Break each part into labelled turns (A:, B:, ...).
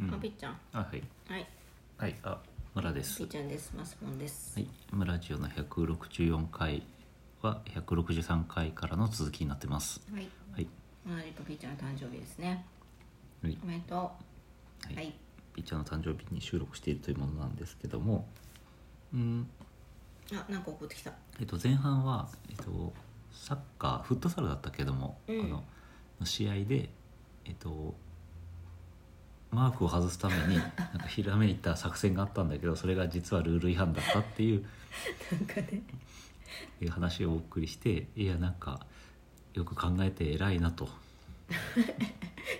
A: うん
B: あぴっちゃん
A: あはい
B: はい
A: はいあ村で
B: ぴ
A: す
B: っちゃんですマスモンです
A: はい村ジオの164回は163回からの続きになってます
B: はい
A: はい
B: マナリとぴっちゃんの誕生日ですね
A: はい
B: おめでと
A: は
B: う
A: い
B: はい
A: ピッチャーの誕生日に収録しているというものなんですけどもうん
B: あなんか送ってきた
A: えっと前半はえっとサッカーフットサルだったけども、
B: うん
A: あのの試合でえっとマークを外すためになんかひらめいた作戦があったんだけどそれが実はルール違反だったっていう
B: なんかね
A: いう話をお送りしていやなんかよく考えて偉いなと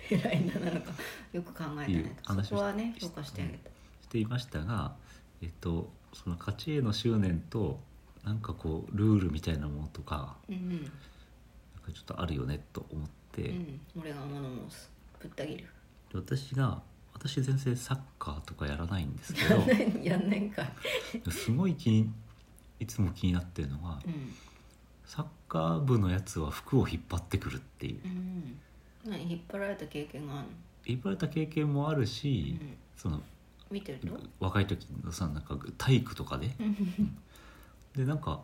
B: 偉いななのかよく考えた
A: いい
B: ね
A: 話をし
B: そこはね評価してあげた
A: していましたが、えっと、その勝ちへの執念となんかこうルールみたいなものとか
B: うん
A: なんかちょっとあるよねと思って、
B: うん、うん、俺が物申すぶった切る
A: 私が私全然サッカーとかやらないんですけど
B: 何 やんないんかい
A: すごい気にいつも気になってるのが
B: うん
A: サッカー部のやつは服を引っ張ってくるっていう
B: うん何引っ張られた経験があるの
A: 引っ張られた経験もあるし、
B: うん
A: その
B: 見てると
A: 若い時のさなんか体育とかで
B: うん
A: でなんか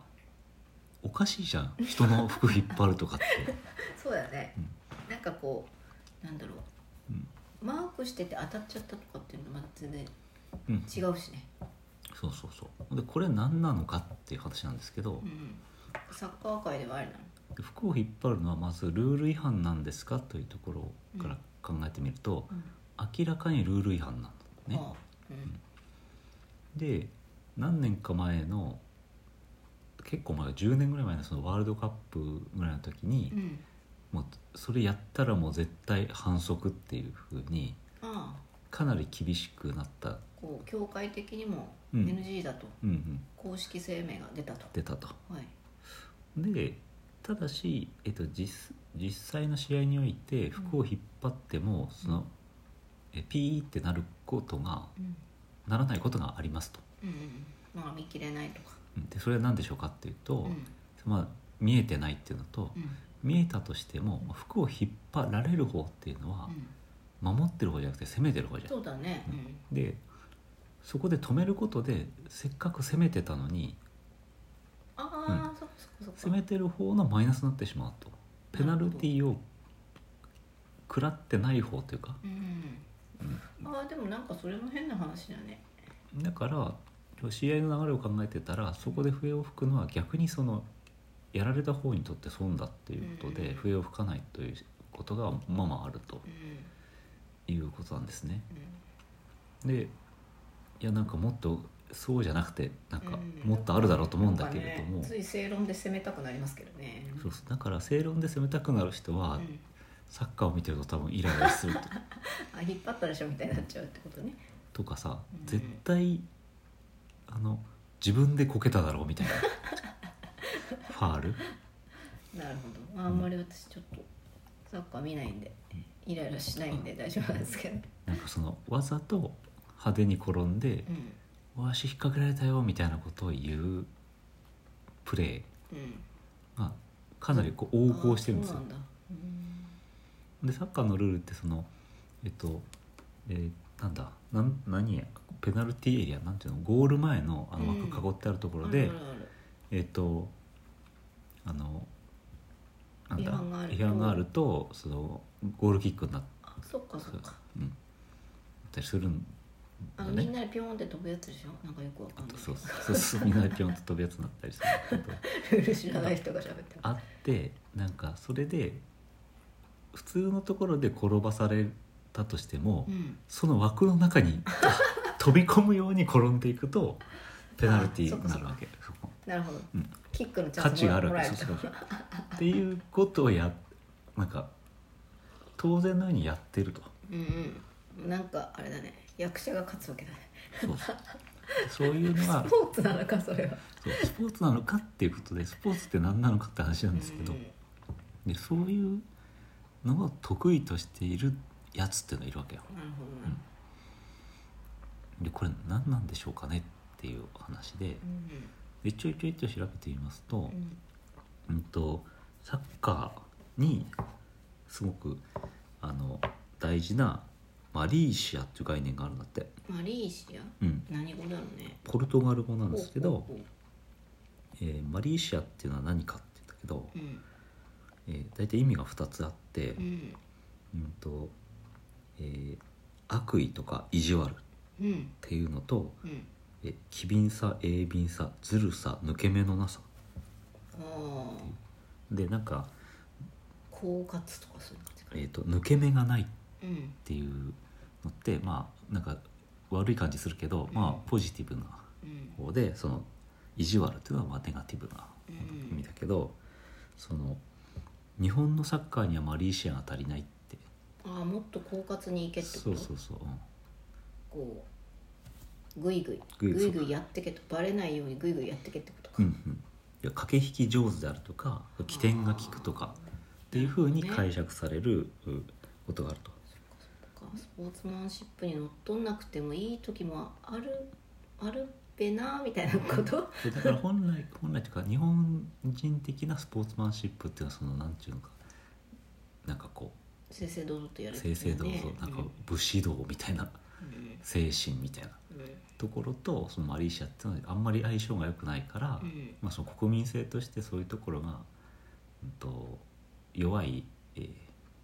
A: おかしいじゃん人の服引っ張るとかって、
B: そうだねなんかこうなんだろう
A: うん
B: マークしてて当たっちゃったとかっていうのはまた全然
A: うん、
B: 違うしね、
A: そうそうそうでこれ何なのかっていう話なんですけど
B: う、ん、サッカー界ではあれなの
A: で服を引っ張るのはまずルール違反なんですかというところから考えてみると、明らかにルール違反なんだね、
B: ああうん
A: で何年か前の結構前10年ぐらい前のそのワールドカップぐらいの時に
B: う、ん
A: もうそれやったらもう絶対反則っていうふうに
B: ああ
A: かなり厳しくなった、
B: こう協会的にも
A: うん
B: NG だと、
A: うんうん、
B: 公式声明が出たと
A: 出たと。
B: はい
A: でただし、えっと、実実際の試合において服を引っ張っても、そのえピーってなることが
B: うん
A: ならないことがありますと。
B: うんうんまあ見切れないとか
A: うんでそれは何でしょうかっていう
B: う
A: と、
B: ん
A: まあ、見えてないっていうのと、
B: うん
A: 見えたとしても服を引っ張られる方っていうのは
B: う、ん
A: 守ってる方じゃなくて攻めてる方じゃん。
B: そうだねうん
A: でそこで止めることでせっかく攻めてたのに
B: ああ、そっかそっかそ
A: 攻
B: っか
A: めてる方のマイナスになってしまうとペナルティーを食らってない方というか
B: うんああでもなんかそれも変な話だね
A: だから試合の流れを考えてたらそこで笛を吹くのは逆にそのやられた方にとって損だっていうこと
B: う
A: で
B: ん
A: 笛を吹かないということがまあまああると
B: うん
A: いうことなんですね。
B: う
A: でいやなんかもっとそうじゃなくてなんか
B: うん
A: もっとあるだろうと思うんだけれど
B: なん
A: も
B: かねつい正論で攻めたくなりますけどね
A: そうそうだから正論で攻めたくなる人は
B: うん
A: サッカーを見てると多分イライラすると
B: あ引っ張ったでしょみたいになっちゃうってことね
A: とかさ
B: うん
A: 絶対あの自分でこけただろうみ たいなファール
B: なるほどああんまり私ちょっとサッカー見ないんでイライラしないんで大丈夫なんですけど
A: なんかそのわざと派手に転んで
B: うん
A: 「わし引っ掛けられたよ」みたいなことを言うプレ
B: うん
A: ーがかなりこう横行してるんです
B: あ
A: よ
B: そう。なんだうん
A: でサッカーのルールってそのえっとえーなんだなん何やペナルティーエリアなんていうのゴール前のあの
B: う
A: 枠囲ってあるところ
B: あ
A: で、
B: るある
A: えっ、とあのなん
B: 違
A: だ
B: 反があると
A: 違反があるとそのゴールキックになっ
B: あそっかそっか
A: うん、なったりするん
B: あ
A: だ
B: のみんな
A: ね。
B: でピョーンって飛ぶやつでしょなんかよくわか
A: あ
B: んない
A: とそうそうそうみんなでピョンと飛ぶやつになったりするんだ けど
B: ルール知らない人が喋って
A: あ
B: ま
A: ってなんかそれで普通のところで転ばされたとしても、
B: うん
A: その枠の中に飛び込むように転んでいくとペナルティ
B: あそっ
A: ー
B: か
A: に
B: そっか
A: なるわけそこ
B: なるほど
A: うん
B: キックのチャ
A: 価
B: ンス
A: 値がある
B: も
A: わ
B: ら
A: け
B: え
A: そう
B: た
A: そうそうっていうことをやなんか当然のようにやってると
B: うんうんなんかあれだね役者が勝つわけだね
A: そうそうそういうのが
B: スポーツなのかそれは
A: そうスポーツなのかっていうことでスポーツって何なのかって話なんですけど
B: うんうん
A: でそういうのを得意としているやつっていうのがいるわけよ
B: なるほどな
A: でこれ何なんでしょうかねっていう話ででちょいちょいと調べてみますと、
B: うんうん
A: うんとサッカーにすごくあの大事なマリーシアっていう概念があるんだって、
B: マリーシア
A: うん、
B: 何語だろうね
A: ポルトガル語なんですけど
B: ほう、ほ
A: えーマリーシアっていうのは何かって言ったけど、
B: うほううん
A: えー大体意味が2つあって
B: う、ん
A: うんとえー悪意とか意地悪っ
B: うん
A: ていうのと、
B: うん
A: えー機敏さ鋭敏さずるさ抜け目のなさ
B: ああ
A: でなんか、
B: 狡猾とかそういう感じか
A: えー、と抜け目がないっ
B: うん
A: ていうのってまあなんか悪い感じするけど、まあ、ポジティブな
B: うん
A: 方でその意地悪っていうのはまあネガティブな
B: う
A: 意味
B: ん
A: だけど、その日本のサッカーにはマリーシアが足りないって
B: ああもっと狡猾にいけってこと
A: そうそうそう、うん
B: こうグイグイ
A: グ
B: グ
A: イ
B: イ
A: グ
B: グ
A: イ
B: イやってけとバレないようにグイグイやってけってことか、
A: うんうん、いや駆け引き上手であるとか起点が利くとかっていうふうに解釈されるうことがあると、
B: そっかスポーツマンシップにのっとんなくてもいい時もあるあるべなみたいなこと
A: でだから本来本来というか日本人的なスポーツマンシップっていうのはそのなんていうのかなんかこ
B: 正々堂々とや
A: う
B: る
A: 正々堂々なんか武士道みたいな
B: うん
A: 精神みたいな
B: うん
A: ところとそのマリーシアっていうのはあんまり相性が良くないから、
B: うん
A: まあ、その国民性としてそういうところが、うん、と弱い、えー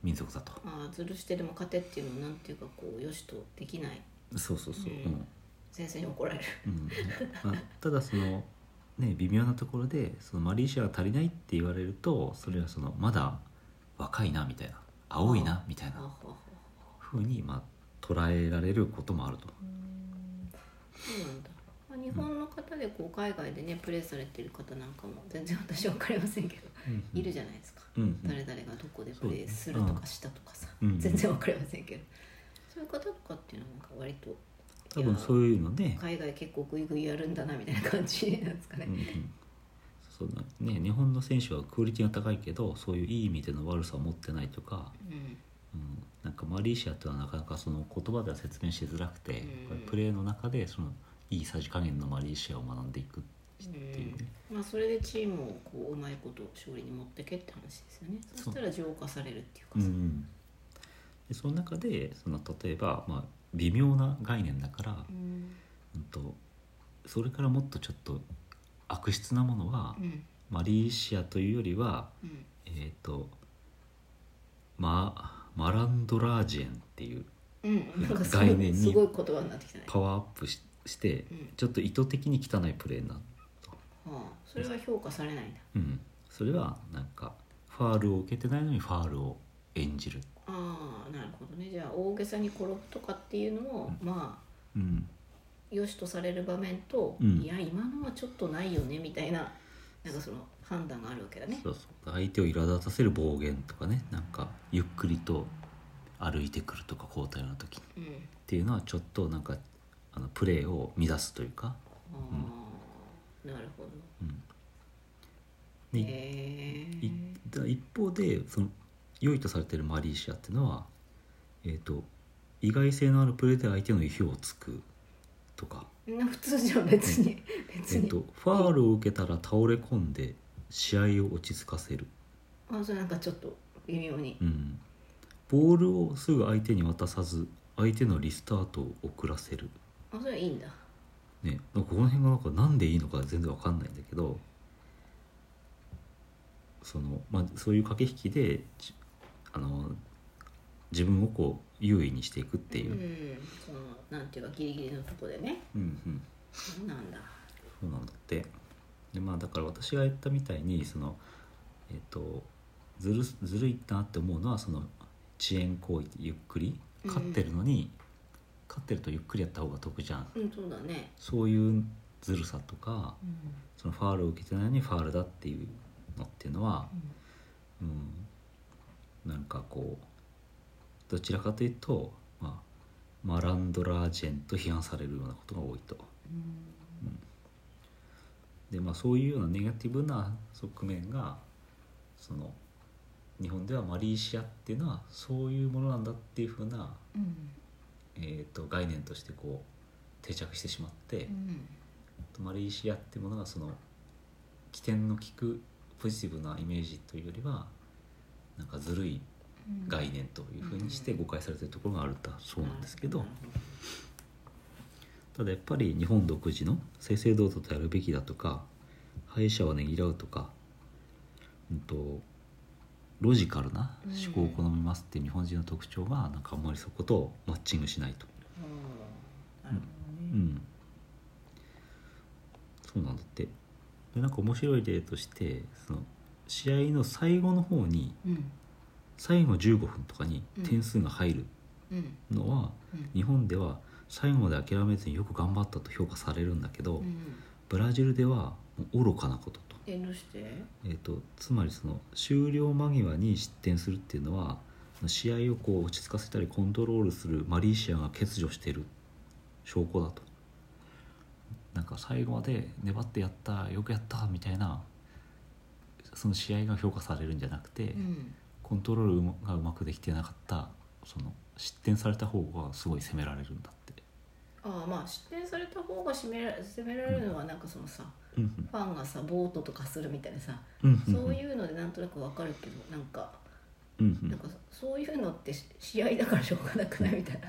A: 民族だと。
B: ああずるしてでも勝てっていうのをなんていうかこうよしとできない
A: そうそうそう、
B: うん先生に怒られる
A: うんまあ、ただそのね微妙なところでそのマリーシアが足りないって言われるとそれはそのまだ若いなみたいな青いなみたい
B: あは
A: な
B: は
A: ふうにまあ捉えられることもあると
B: そうなんだまあ日本の方でこう海外でねプレーされてる方なんかも全然私分かりませんけどいるじゃないですか、
A: うんうん
B: 誰々がどこでプレーするとかしたとかさ、
A: うん
B: 全然わかりませんけど、そういう方とかっていうのはなんか割と
A: 多分そういうので、
B: 海外結構グイグイやるんだなみたいな感じなんですかね
A: うんう、んそうだね、日本の選手はクオリティが高いけどそういういい意味での悪さを持ってないとか、
B: うん
A: うん、なんかマリーシアっていうのはなかなかその言葉では説明しづらくて、
B: うん
A: これプレーの中でそのいいさじ加減のマリーシアを学んでいくっていうね。
B: まあ、それでチームをこううまいこと勝利に持ってけって話ですよねそ
A: そ
B: し
A: う
B: たら浄化されるっていう
A: う
B: かさ、
A: ん、でその中でその例えば、まあ、微妙な概念だから、
B: うん
A: うん、とそれからもっとちょっと悪質なものは、
B: うん
A: マリーシアというよりは、
B: うん
A: えー、とママランドラージェンっていう
B: うん、なんかすご
A: 概念
B: い
A: に
B: すごい言葉になってきたね、は
A: パワーアップしして、
B: うん
A: ちょっと意図的に汚いプレーになると、
B: あ、それは評価されないんだ
A: うん、それはなんかファールを受けてないのにファールを演じる、
B: ああなるほどねじゃあ大げさに転ぶとかっていうのも、まあ
A: うん、
B: 良しとされる場面と、
A: うん
B: いや今のはちょっとないよねみたいななんかその判断があるわけだね
A: そうそう相手を苛立たせる暴言とかねなんかゆっくりと歩いてくるとか交代の時にっ
B: うん
A: ていうのはちょっとなんかあのプレーを乱すというか、
B: あーなるほど
A: うん
B: へ
A: で
B: え
A: いだ一方でその良いとされてるマリーシアっていうのは、えー、と意外性のあるプレーで相手の意表をつくとか、
B: な普通じゃん別に
A: え
B: 別
A: ー、
B: に、
A: とファールを受けたら倒れ込んで試合を落ち着かせる。
B: あそれなんかちょっと微妙に
A: うん、ボールをすぐ相手に渡さず相手のリスタートを遅らせる、
B: あそれはいいんだ
A: ね、なんかこの辺がなんかなんでいいのか全然わかんないんだけどその、まあ、そういう駆け引きでじあの自分をこう優位にしていくっていうう、
B: んそのなんていうかギリギリのとこでね
A: うんうん、
B: そうなんだ
A: そうなんだってで、まあ、だから私が言ったみたいにその、えっとずるずるいなって思うのはその遅延行為ゆっくり
B: うん
A: 勝ってるのに、勝ってるとゆっくりやった方が得じゃん
B: うんそうだね
A: そういうずるさとか
B: うん
A: そのファールを受けてないのにファールだっていうのっていうのは、うん、なんかこうどちらかというと、まあ、マランドラージェンと批判されるようなことが多いと。でまあ、そういうようなネガティブな側面がその日本ではマリーシアっていうのはそういうものなんだっていうふうな、
B: うん
A: えー、と概念としてこう定着してしまって
B: う、ん
A: マリーシアっていうものがその起点の利くポジティブなイメージというよりはなんかずるい
B: うん
A: 概念というふうにして誤解されてるところがあるんだそうなんですけど、ただやっぱり日本独自の正々堂々とやるべきだとか敗者をねぎらうとか、うん、とロジカルな思考を好みますっていう日本人の特徴がなんかあんまりそことマッチングしないと、
B: なるほ
A: う
B: どね
A: ん、そうなんだってでなんか面白い例としてその試合の最後の方に
B: うん
A: 最後15分とかに点数が入る
B: うん
A: のは、
B: うん
A: 日本では最後まで諦めずによく頑張ったと評価されるんだけど、
B: うん
A: ブラジルではもう愚かなことと,、
B: えどうして
A: えー、とつまりその終了間際に失点するっていうのは試合をこう落ち着かせたりコントロールするマリーシアが欠如している証拠だとなんか最後まで粘ってやったよくやったみたいなその試合が評価されるんじゃなくて、
B: うん
A: コントロールがうまくできてなかったその失点された方がすごい責められるんだって。
B: ああまあ失点された方が締めら責められるのはなんかそのさ
A: うん
B: ファンがさボートとかするみたいなさ
A: うんうん
B: そういうのでなんとなくわかるけどなんか
A: うんうん
B: なんかそういうのってし試合だからしょうがなくないみたいな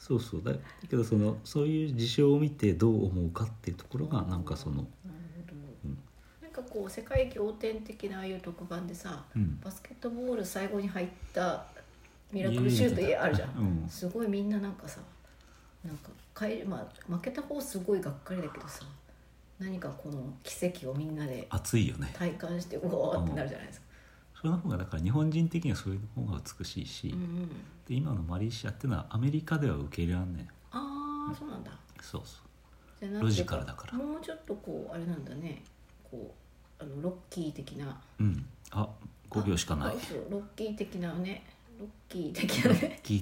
A: そうそうだだけどそのそういう事象を見てどう思うかっていうところがなんかその
B: なるほど、
A: うん
B: なんかこう世界仰天的なああいう特番でさ
A: うん
B: バスケットボール最後に入ったミラクルシュートあるじゃん、
A: うん
B: すごいみんななんかさなんか帰り、まあ、負けた方すごいがっかりだけどさ何かこの奇跡をみんなで
A: 熱いよね
B: 体感してうわーってなるじゃないですか。
A: それの方がだから日本人的にはそういう方が美しいし、
B: うんうん、
A: で今のマレーシアっていうのはアメリカでは受け入れらんねえ
B: ああそうなんだ
A: そうそう
B: じゃあなんていうか
A: ロジカルだから
B: もうちょっとこうあれなんだねこうあのロッキー的な
A: うんあ5秒しかない
B: あそうロッキー的なねロッキー的なね
A: キー